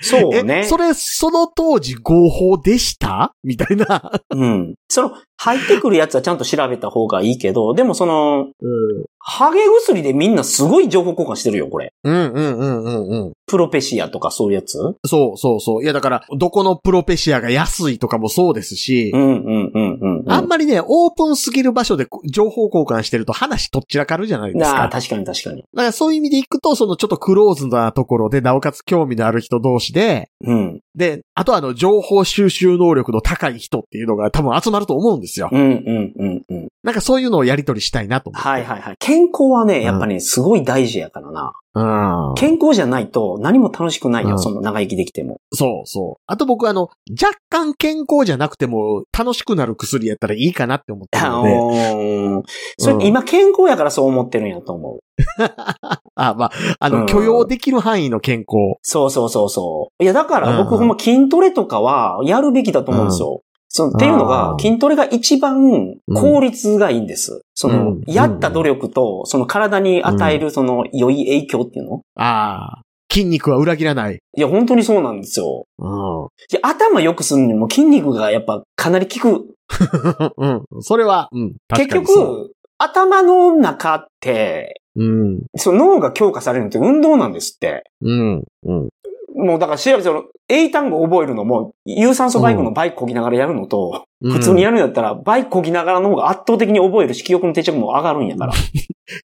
Speaker 2: そうね。
Speaker 1: え、それ、その当時合法でしたみたいな。
Speaker 2: うん。その、入ってくるやつはちゃんと調べた方がいいけど、でもその、
Speaker 1: うん。
Speaker 2: ハゲ薬でみんなすごい情報交換してるよ、これ。
Speaker 1: うんうんうんうんうん。
Speaker 2: プロペシアとかそういうやつう
Speaker 1: そうそうそう。いやだから、どこのプロペシアが安いとかもそうですし、
Speaker 2: んうんうんうんうん。
Speaker 1: あんまりね、オープンすぎる場所でこ情報交換してると話とっちらかるじゃないです
Speaker 2: なあ、
Speaker 1: か。
Speaker 2: 確かに確かに。
Speaker 1: だからそういう意味でいくと、そのちょっとクローズなところで、なおかつ興味のある人同士で、
Speaker 2: うん。
Speaker 1: で、あとはあの、情報収集能力の高い人っていうのが多分集まると思うんですよ。
Speaker 2: うんうんうんうん。
Speaker 1: なんかそういうのをやり取りしたいなと思って。
Speaker 2: はいはいはい。健康はね、やっぱね、すごい大事やからな。
Speaker 1: うん。
Speaker 2: 健康じゃないと何も楽しくないうよ、
Speaker 1: ん
Speaker 2: その長生きできても。
Speaker 1: そうそう。あと僕あの、若干健康じゃなくても楽しくなる薬やったらいいかなって思って
Speaker 2: あ
Speaker 1: るの
Speaker 2: の
Speaker 1: で。
Speaker 2: ーそれ、
Speaker 1: うん
Speaker 2: 今健康やからそう思ってるんやと思う。
Speaker 1: あ、まあ、あ
Speaker 2: うん
Speaker 1: の、許容できる範囲の健康。
Speaker 2: そうそうそうそう。いや、だから
Speaker 1: うん
Speaker 2: 僕ほんま筋トレとかはやるべきだと思うんですよ。そのっていうのが
Speaker 1: あ、ー
Speaker 2: 筋トレが一番効率がいいんです。その、
Speaker 1: うん
Speaker 2: やった努力と、その体に与えるその良い影響っていうの
Speaker 1: ああ、筋肉は裏切らない。
Speaker 2: いや、本当にそうなんですよ。
Speaker 1: うん。 (laughs)
Speaker 2: いや頭良くするにも筋肉がやっぱかなり効く。
Speaker 1: うん。それは、うん。確
Speaker 2: 結
Speaker 1: かにそう、
Speaker 2: 局、頭の中って、
Speaker 1: うん。
Speaker 2: その脳が強化されるのって運動なんですって。
Speaker 1: うん。うん。
Speaker 2: もうだから調べて、その、英単語覚えるのも、有酸素バイクのバイクこぎながらやるのと、普通にやるんだったら、バイクこぎながらの方が圧倒的に覚えるし、記憶の定着も上がるんやから。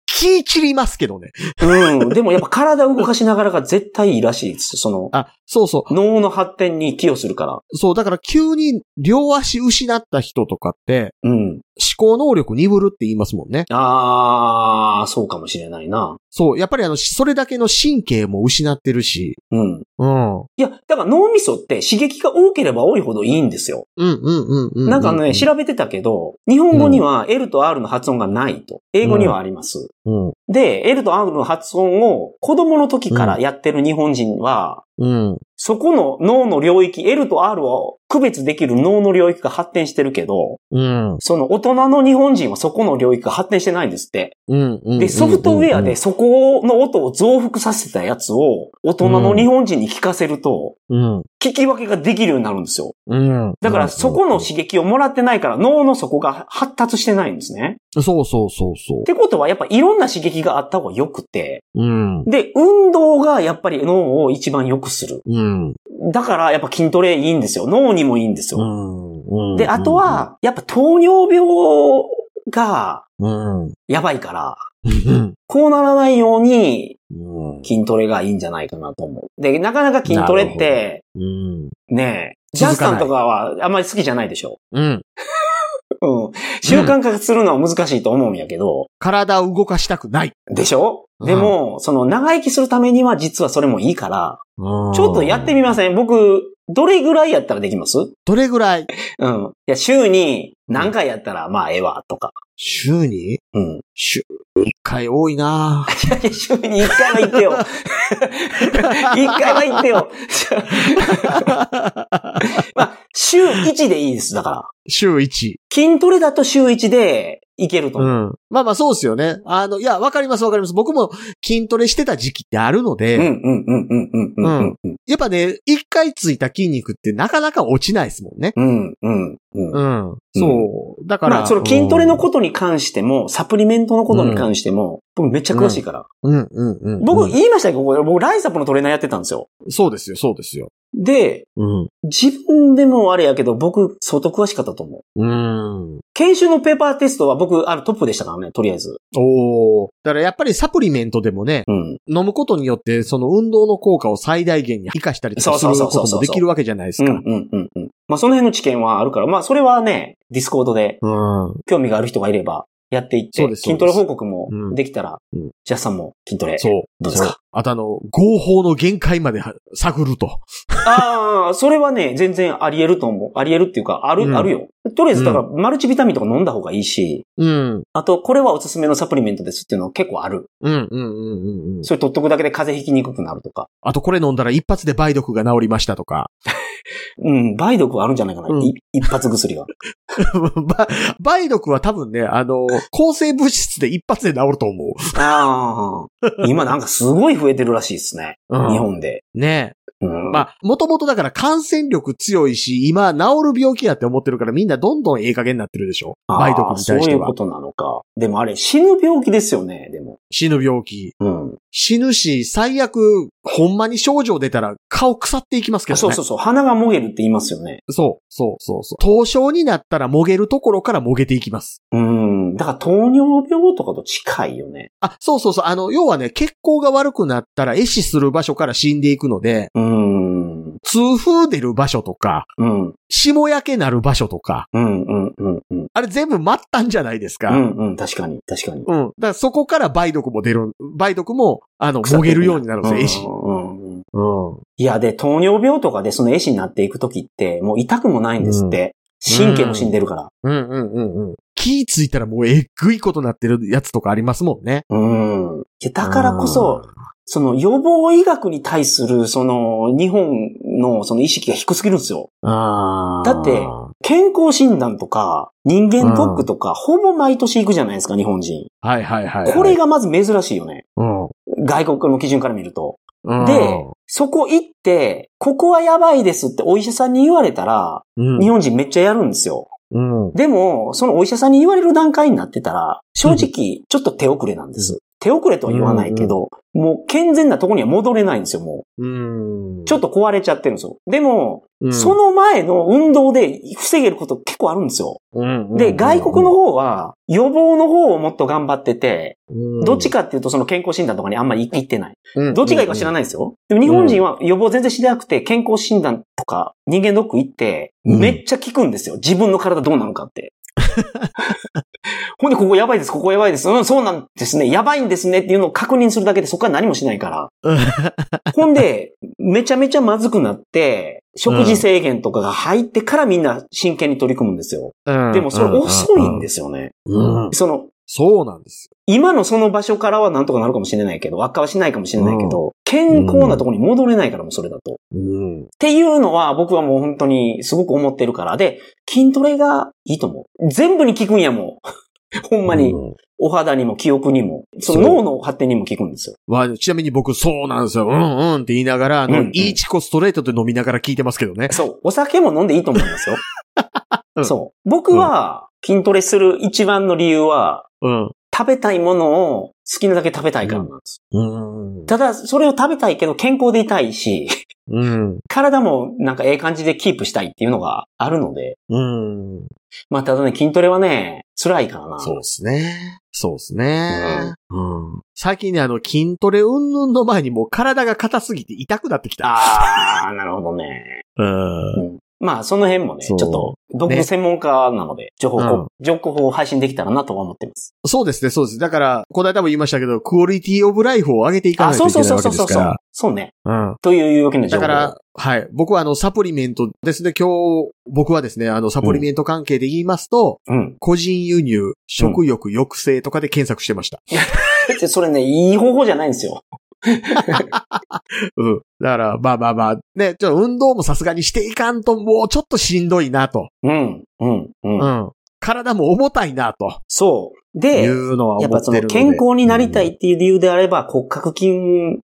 Speaker 1: 気散りますけどね。
Speaker 2: うん。でもやっぱ体動かしながらが絶対いいらしいです。その、
Speaker 1: あ、そうそう。
Speaker 2: 脳の発展に寄与するから。
Speaker 1: そう、だから急に両足失った人とかって、
Speaker 2: うん。
Speaker 1: 思考能力鈍るって言いますもんね。
Speaker 2: あー、そうかもしれないな。
Speaker 1: そう、やっぱりあの、それだけの神経も失ってるし。
Speaker 2: うん。
Speaker 1: うん。うん、
Speaker 2: いや、だから脳みそって刺激が多ければ多いほどいいんですよ。
Speaker 1: うん、うん、うん。
Speaker 2: なんかあのね、調べてたけど、日本語には L と R の発音がないと。英語にはあります。
Speaker 1: うん、
Speaker 2: で、L と R の発音を子供の時からやってる日本人は、
Speaker 1: うん。
Speaker 2: そこの脳の領域、L と R を区別できる脳の領域が発展してるけど、
Speaker 1: うん、
Speaker 2: その大人の日本人はそこの領域が発展してないんですって。
Speaker 1: うん、うん。
Speaker 2: で、ソフトウェアで、そこの音を増幅させたやつを大人の日本人に聞かせると、
Speaker 1: うん、
Speaker 2: 聞き分けができるようになるんですよ。
Speaker 1: うん。
Speaker 2: だからそこの刺激をもらってないから脳の底が発達してないんですね。
Speaker 1: そうそうそうそ
Speaker 2: ってことはやっぱいろんな刺激があった方が良くて、
Speaker 1: う。うん、
Speaker 2: で、運動がやっぱり脳を一番良くする。
Speaker 1: うん、
Speaker 2: だからやっぱ筋トレいいんですよ。脳にもいいんですよ。
Speaker 1: うん。
Speaker 2: で、あと、は、やっぱ糖尿病が
Speaker 1: うん、うん。
Speaker 2: やばいから、こうならないように筋トレがいいんじゃないかなと思う。で、なかなか筋トレって、
Speaker 1: うん。
Speaker 2: ねえ、ジャ
Speaker 1: 続
Speaker 2: ス
Speaker 1: か
Speaker 2: さ
Speaker 1: なんい
Speaker 2: とかはあんまり好きじゃないでしょ。
Speaker 1: うん。
Speaker 2: うん。習慣化するのは難しいと思うんやけど、
Speaker 1: 体を動かしたくない。
Speaker 2: でしょ
Speaker 1: うん
Speaker 2: でも、その長生きするためには実はそれもいいから、
Speaker 1: ち
Speaker 2: ちょ
Speaker 1: ょ
Speaker 2: っとやってみません僕、どれぐらいやったらできます
Speaker 1: どれぐらい
Speaker 2: うん。いや、週に何回やったら、まあ、ええわ、とか。
Speaker 1: 週に
Speaker 2: うん。
Speaker 1: 週一回多い
Speaker 2: (laughs)
Speaker 1: な
Speaker 2: いや週に1回は行
Speaker 1: (laughs)
Speaker 2: ってよ。1回は行ってよ。まあ、週1でいいです。だから。
Speaker 1: 週一。
Speaker 2: 筋トレだと週1でいけると
Speaker 1: う
Speaker 2: 思う。
Speaker 1: ん。まあまあそうですよね。あの、いや、わかりますわかります。僕も筋トレしてた時期ってあるので、
Speaker 2: うん、うん、うん、うん、うん、うん、うん、
Speaker 1: やっぱね、一回ついた筋肉ってなかなか落ちないですもんね。
Speaker 2: うん、うん、うん。
Speaker 1: ん。そう。だから。
Speaker 2: まあ、その筋トレの
Speaker 1: と。
Speaker 2: ことに関しても、サプリメントのことに関しても、僕めっちゃ詳しいから。
Speaker 1: うんうんうん。
Speaker 2: 僕言いましたけど、僕ライサップのトレーナーやってたんですよ。
Speaker 1: そうですよ、そうですよ。
Speaker 2: で、
Speaker 1: うん。
Speaker 2: 自分でもあれやけど、僕相当詳しかったと思
Speaker 1: う
Speaker 2: う。
Speaker 1: ん。
Speaker 2: 研修のペーパーテストは僕、あの、トップでしたからね、とりあえず。
Speaker 1: おーだからやっぱりサプリメントでもね、
Speaker 2: うん。
Speaker 1: 飲むことによってその運動の効果を最大限に活かしたりとかす
Speaker 2: そう
Speaker 1: る
Speaker 2: そう
Speaker 1: こ
Speaker 2: そうそう
Speaker 1: と
Speaker 2: そ
Speaker 1: も
Speaker 2: う
Speaker 1: できるわけじゃないです
Speaker 2: うん、う
Speaker 1: か。
Speaker 2: ん、うん、うん。まあ、その辺の知見はあるから、まあ、それはね、ディスコードで
Speaker 1: うん。
Speaker 2: 興味がある人がいれば、やっていっ
Speaker 1: そう
Speaker 2: て、
Speaker 1: です
Speaker 2: 筋トレ報告も
Speaker 1: うん
Speaker 2: できたら、
Speaker 1: うん
Speaker 2: ジャスさんも筋トレ。
Speaker 1: そう。
Speaker 2: どうですか
Speaker 1: そうあとあの、合法の限界までは探ると。
Speaker 2: ああ、それはね、全然あり得ると思う。あり得るっていうか、ある、
Speaker 1: うん
Speaker 2: あるよ。とりあえず、だから、マルチビタミンとか飲んだ方がいいし、
Speaker 1: うん。
Speaker 2: あと、これはおすすめのサプリメントですっていうの結構ある。
Speaker 1: うん、うん、うん、うんうん。
Speaker 2: それ取っとくだけで風邪ひきにくくなるとか。
Speaker 1: あとこれ飲んだら一発で梅毒が治りましたとか。 (laughs)
Speaker 2: うん、梅毒はあるんじゃないかな。
Speaker 1: うん
Speaker 2: い一発
Speaker 1: (laughs)
Speaker 2: 薬が。
Speaker 1: ば梅毒は多分ね、あの、抗生物質で一発で治ると思う。
Speaker 2: ああ、今なんかすごい増えてるらしいですね。
Speaker 1: うん
Speaker 2: 日本で。
Speaker 1: ね
Speaker 2: うん
Speaker 1: まあ、もともとだから感染力強いし、今治る病気やって思ってるからみんなどんどんええ加減になってるでしょ。梅毒に対
Speaker 2: あー
Speaker 1: し
Speaker 2: そう
Speaker 1: て
Speaker 2: いうこ
Speaker 1: は。
Speaker 2: となのか。でもあれ、死ぬ病気ですよね、でも。
Speaker 1: 死ぬ病気。
Speaker 2: うん。
Speaker 1: 死ぬし、最悪、ほんまに症状出たら顔腐っていきますけどね。
Speaker 2: そうそうそう。鼻がもげるって言いますよね。
Speaker 1: そう、そう、そう、そう。凍傷になったらもげるところからもげていきます。
Speaker 2: うん。だから糖尿病とかと近いよね。
Speaker 1: あ、そうそうそう。あの、要はね、血行が悪くなったら壊死する場所から死んでいくので、
Speaker 2: うん。うん。
Speaker 1: 痛風出る場所とか、
Speaker 2: うん。
Speaker 1: 霜焼けなる場所とか、
Speaker 2: うん。うん。うん。うん
Speaker 1: あれ全部待ったんじゃないですか。う。
Speaker 2: うんん。うん。確かに。確かに。
Speaker 1: だからそこから梅毒も出る、梅毒も、あの、もげるようになるんですよ、壊死。
Speaker 2: うんうんうん。
Speaker 1: うん。
Speaker 2: いや、で、糖尿病とかでその壊死になっていくときって、もう痛くもないんですって。
Speaker 1: うん
Speaker 2: 神経も死んでるから。
Speaker 1: うんうんうんうん。気ぃついたらもうえっぐいことなってるやつとかありますもんね。
Speaker 2: うん。いやだからこそ、その予防医学に対する、その、日本のその意識が低すぎるんですよ。
Speaker 1: うん。あ
Speaker 2: だって健康診断とか、人間ドックとか、ほぼ毎年行くじゃないですか、日本人。
Speaker 1: はいはいはい、
Speaker 2: これ、がまず珍しいよね。
Speaker 1: うん。
Speaker 2: 外国の基準から見ると。
Speaker 1: うん
Speaker 2: で、そこ行って、ここはやばいですってお医者さんに言われたら、
Speaker 1: うん
Speaker 2: 日本人めっちゃやるんですよ。
Speaker 1: うん。
Speaker 2: でも、そのお医者さんに言われる段階になってたら、正直、ちょっと手遅れなんです。手遅れとは言わないけど、もう健全なとこには戻れないんですよ、も
Speaker 1: うん。
Speaker 2: う。ちょっと壊れちゃってるんですよ。でも、
Speaker 1: うん
Speaker 2: その前の運動で防げること結構あるんですよ。
Speaker 1: うん
Speaker 2: で、外国の、方は予防の方をもっと頑張ってて、どっち
Speaker 1: か、
Speaker 2: かっていうとその健康診断とかにあんまり行ってない。
Speaker 1: うん
Speaker 2: どっちがいいか知ら
Speaker 1: ない。
Speaker 2: ないですよ。でも日本人は予防全然しなくて健康診断とか人間ドック行って、
Speaker 1: うん。
Speaker 2: めっちゃ聞くんですよ。自分の体どうなのかって。ほんで、ここやばいです、ここやばいです、うん、そうなんですね、やばいんですねっていうのを確認するだけでそこから何もしない (laughs) から。ほんで、めちゃめちゃまずくなって、食事制限とかが入ってからみんな真剣に取り組むんですよ。でもそれ遅いんですすよね。
Speaker 1: うん
Speaker 2: その、
Speaker 1: そうなんです
Speaker 2: 今のその場所からはなんとかなるかもしれないけど、悪化はしないかもしれないけど、健康なところに戻れないからもうそれだと。っ
Speaker 1: よ。うん。
Speaker 2: ていうのは僕はもう本当にすごく思ってるから。で、筋トレがいいと思う。全部に効くんやもん。 (laughs) ほんまに、
Speaker 1: うん
Speaker 2: お肌にも記憶にも、その
Speaker 1: そう
Speaker 2: 脳の発展にも効くんですよ。
Speaker 1: わちなみに僕、そうなんですよ。うんうんって言いながら、あの、
Speaker 2: うんうん
Speaker 1: いいチコストレートで飲みながら聞いてますけどね。。
Speaker 2: そう。お酒も飲んでいいと思うんですよ
Speaker 1: (laughs) うん
Speaker 2: そう。僕は筋トレする一番の理由は、
Speaker 1: うん。
Speaker 2: 食べたいものを好きなだけ食べたいからなんです。
Speaker 1: うん。
Speaker 2: ただ、それを食べたいけど健康でいたいし、
Speaker 1: うん。
Speaker 2: 体もなんかええ感じでキープしたいっていうのがあるので。
Speaker 1: うん。
Speaker 2: まあ、ただね、筋トレはね、辛いからな。
Speaker 1: そうですね。そうですね。うん。最近ね、あの、筋トレ云々の前にもう体が硬すぎて痛くなってきた。
Speaker 2: あー、なるほどね。
Speaker 1: うん。
Speaker 2: まあ、その辺もね、ち
Speaker 1: そ
Speaker 2: ょ
Speaker 1: う
Speaker 2: っと、僕
Speaker 1: ね
Speaker 2: 専門家なので、情報、
Speaker 1: うん
Speaker 2: 情報を配信できたらなとは思ってます。
Speaker 1: そうですね、そうです。だから、この間も言いましたけど、クオリティオブライフを上げていか
Speaker 2: あ、
Speaker 1: ないと
Speaker 2: そう
Speaker 1: いけ
Speaker 2: そう
Speaker 1: ない
Speaker 2: そ
Speaker 1: わけ
Speaker 2: うそう
Speaker 1: で
Speaker 2: そ
Speaker 1: す
Speaker 2: う
Speaker 1: から。
Speaker 2: そうね。
Speaker 1: うん。
Speaker 2: というわけの
Speaker 1: だ
Speaker 2: 情報。
Speaker 1: から、はい。僕はあの、サプリメントですね。今日、僕はですね、あの、サプリメント関係で言いますと、
Speaker 2: うん。
Speaker 1: 個人輸入、食欲、抑制とかで検索してました。 (laughs)
Speaker 2: でそれね、いい方法じゃないんですよ。
Speaker 1: うん。だから、まあまあまあ、ね、ちょっと運動もさすがにしていかんと、もうちょっとしんどいなと。
Speaker 2: うん、うん、うん。
Speaker 1: うん。体も重たいなと。
Speaker 2: そう。
Speaker 1: い
Speaker 2: で、
Speaker 1: うのは
Speaker 2: やっ
Speaker 1: 思
Speaker 2: ぱ
Speaker 1: って
Speaker 2: そ
Speaker 1: るので。
Speaker 2: の健康になりたい
Speaker 1: うん。
Speaker 2: っていう理由であれば、骨格筋、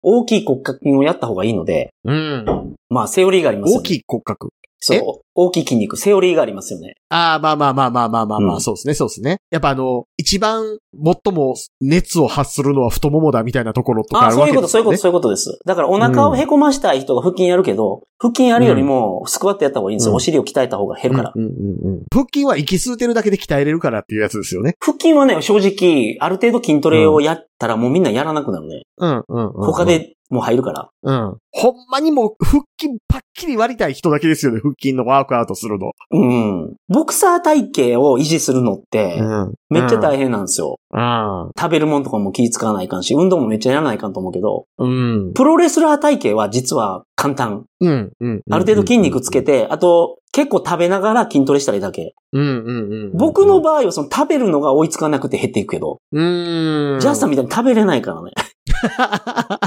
Speaker 2: 大きい骨格筋をやった方がいいので、
Speaker 1: うん。
Speaker 2: まあ、セオリーがありますよ、ね。
Speaker 1: 大きい骨格。え
Speaker 2: そう。大きい筋肉、セオリーがありますよね。
Speaker 1: ああ、まあまあまあまあまあまあまあ、
Speaker 2: うん
Speaker 1: そうですね、そうですね。やっぱあの、一番、最も熱を発するのは太ももだみたいなところとかあ
Speaker 2: あ、
Speaker 1: る
Speaker 2: そ
Speaker 1: わ
Speaker 2: うい
Speaker 1: け
Speaker 2: うこ
Speaker 1: で
Speaker 2: と、
Speaker 1: す
Speaker 2: そう
Speaker 1: よ
Speaker 2: いうこと、
Speaker 1: ね。
Speaker 2: そういうことです。だからお腹をへこましたい人が腹筋やるけど、腹筋やるよりも、スクワットやった方がいいんですよ。
Speaker 1: うん
Speaker 2: お尻を鍛えた方が減るから。
Speaker 1: うんうんうんうん腹筋は息吸うてるだけで鍛えれるからっていうやつですよね。
Speaker 2: 腹筋はね、正直、ある程度筋トレをやったらもうみんなやらなくなるね。
Speaker 1: うんうんうん。
Speaker 2: 他。でもう入るから。
Speaker 1: うん。ほんまにもう腹筋パッキリ割りたい人だけですよね、腹筋のワークアウトするの。
Speaker 2: うん。ボクサー体型を維持するのって、
Speaker 1: ん。
Speaker 2: めっちゃ大変なんですよ。
Speaker 1: 変。
Speaker 2: 食べるもんとかも気使わないかんし、運動もめっちゃやらないかんと思うけど、
Speaker 1: うん。
Speaker 2: プロレスラー体型は実は簡単。
Speaker 1: うん。うん。
Speaker 2: ある程度筋肉つけ
Speaker 1: て。
Speaker 2: て、あと、結構食べながら筋トレしたりだけ。
Speaker 1: うんうんうん。
Speaker 2: 僕の、場合はその食べるのが追いつかなくて減っていくけど、
Speaker 1: うん。
Speaker 2: ジャスさんみたいに食べれないからね。 (laughs)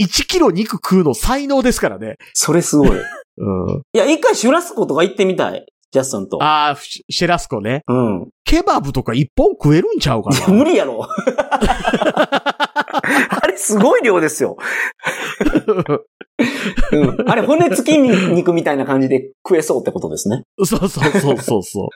Speaker 1: 1キロ肉食うの才能ですからね。
Speaker 2: それすごい。い
Speaker 1: うん。
Speaker 2: や、一回シュラスコとか行ってみたい。ジャスさんと。
Speaker 1: ああ、シェラスコね。
Speaker 2: うん。
Speaker 1: ケバブとか一本食えるんちゃうか
Speaker 2: いや、
Speaker 1: な。
Speaker 2: 無理やろ。 (laughs) あれすごい量ですよ。うん。あれ骨付き肉みたいな感じで食えそうってことですね。
Speaker 1: (laughs) そうそうそうそうそう。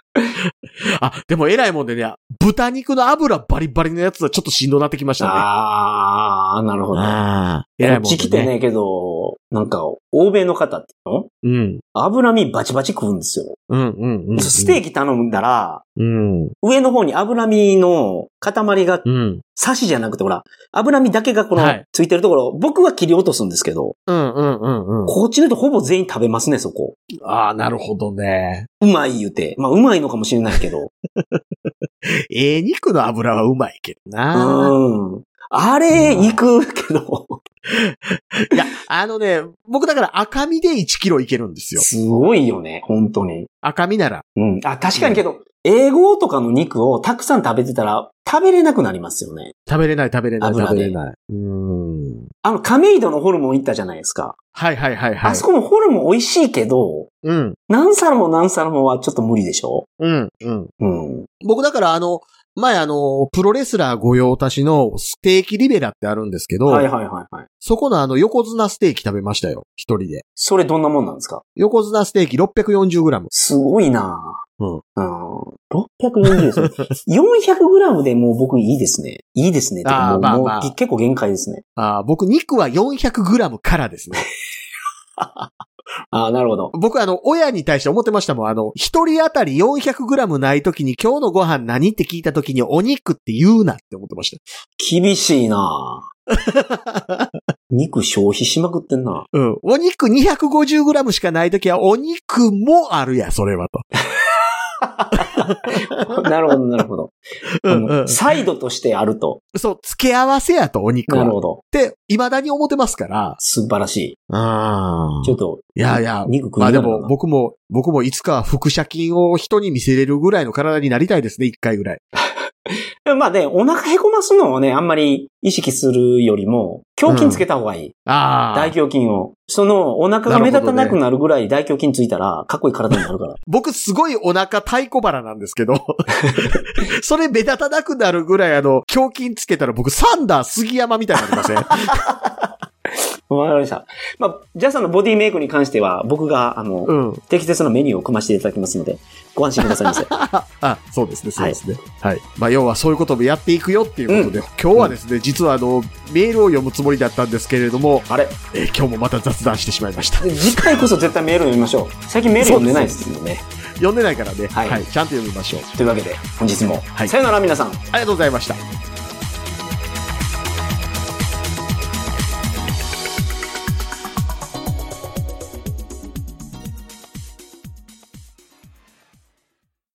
Speaker 1: あ、でも偉いもんでね、豚肉の油バリバリのやつはちょっとしんどなってきましたね。
Speaker 2: あー、なるほど。
Speaker 1: ああ。偉いも
Speaker 2: う
Speaker 1: ん
Speaker 2: ち来てねえけど、なんか、欧米の方っていうの
Speaker 1: うん。
Speaker 2: 脂身バチバチ食うんですよ。
Speaker 1: うんうんうん。
Speaker 2: ステ
Speaker 1: ー
Speaker 2: ーキ頼んだら、
Speaker 1: キ。うん。
Speaker 2: 上の方に脂身の塊が
Speaker 1: うん。
Speaker 2: 刺しじゃなくて、ほら、脂身だけがこの
Speaker 1: はい、
Speaker 2: ついてるところ、僕は切り落とすんですけど、
Speaker 1: うんうんうんうん。
Speaker 2: こっちの人ほぼ全員食べますね、そこ。
Speaker 1: ああ、なるほどね。
Speaker 2: うまい言うて。まあ、うまいのかもしれないけど。
Speaker 1: ええ肉の油はうまいけど
Speaker 2: う
Speaker 1: な。
Speaker 2: ん。あれ、行くけど、
Speaker 1: いや、あのね、僕だから赤身で1キロいけるんですよ。
Speaker 2: すごいよね、本当に。
Speaker 1: 赤身なら。
Speaker 2: うん。あ、確かにけど、英語とかの肉をたくさん食べてたら、食べれなくなりますよね。
Speaker 1: 食べれない食べれない
Speaker 2: 油で
Speaker 1: 食べれない。うん。
Speaker 2: あの、亀戸のホルモン行ったじゃないですか。
Speaker 1: はいはいはいはい。
Speaker 2: あそこのホルモン美味しいけど、
Speaker 1: うん。
Speaker 2: 何皿も何皿もはちょっと無理でしょ
Speaker 1: うん。うん。
Speaker 2: うん。
Speaker 1: 僕だからあの、前あの、プロレスラー御用達のステーキリベラってあるんですけど、
Speaker 2: はいはいはいはい。
Speaker 1: そこのあの横綱ステーキ食べましたよ。一人で。
Speaker 2: それどんなもんなんですか
Speaker 1: 横綱ステーキ 640g。
Speaker 2: すごいな
Speaker 1: う
Speaker 2: ぁ
Speaker 1: ん。
Speaker 2: うん。640ですね。400グラムでもう僕いいですね。いいですね。て
Speaker 1: あ
Speaker 2: か
Speaker 1: ー
Speaker 2: もう
Speaker 1: まあまあ
Speaker 2: もう結構限界ですね。
Speaker 1: あー僕肉は 400g からですね。 (laughs)
Speaker 2: ああ、なるほど。
Speaker 1: 僕あの、親に対して思ってましたもん。あの、一人当たり 400g ない時に今日のご飯何って聞いた時にお肉って言うなって思ってました。
Speaker 2: 厳しい
Speaker 1: (laughs)
Speaker 2: なぁ肉消費しまくってんな
Speaker 1: うん。お肉 250g しかない時はお肉もあるや、それはと。
Speaker 2: なるほど、なるほど。
Speaker 1: うん
Speaker 2: あ
Speaker 1: うん
Speaker 2: の。サイドとしてあると。
Speaker 1: そう、付け合わせやと、お肉
Speaker 2: な
Speaker 1: は。
Speaker 2: る
Speaker 1: っ
Speaker 2: ほど。
Speaker 1: て、未だに思ってますから。
Speaker 2: 素晴らし
Speaker 1: あ
Speaker 2: い。ちょっと、
Speaker 1: いやいや、
Speaker 2: 肉食い
Speaker 1: まあ
Speaker 2: なが
Speaker 1: で
Speaker 2: らな
Speaker 1: も、僕も、僕もいつかは腹斜筋を人に見せれるぐらいの体になりたいですね、一回ぐらい。
Speaker 2: まあね、お腹へこますのをね、あんまり意識するよりも、胸筋つけた方がいい。
Speaker 1: あ
Speaker 2: 大胸筋を。その、お腹が目立たなくなるぐらい大胸筋ついたら、かっこいい体になるから。 (laughs)
Speaker 1: 僕すごいお腹太鼓腹なんですけ (laughs) ど、それ目立たなくなるぐらいあの、胸筋つけたら僕サンダー杉山みたいになりません (laughs)
Speaker 2: わかりました。まあ、ジャスさんのボディメイクに関しては、僕が、あの、
Speaker 1: うん。
Speaker 2: 適切なメニューを組ませていただきますので、ご安心ください (laughs) ませ。
Speaker 1: あ、そうですね、そうですね。はい。まあ、要はそういうこともやっていくよっていうことで、今日はですね、実はあの、メールを読むつもりだったんですけれども、
Speaker 2: あれ
Speaker 1: えー今日もまた雑談してしまいました。
Speaker 2: で次回こそ絶対メール読みましょう。最近メール読んでないですもんね。
Speaker 1: 読んでないからね、
Speaker 2: はい
Speaker 1: はい。ちゃんと読みましょう。
Speaker 2: というわけで、本日も、
Speaker 1: はい
Speaker 2: さよなら皆さん。
Speaker 1: ありがとうございました。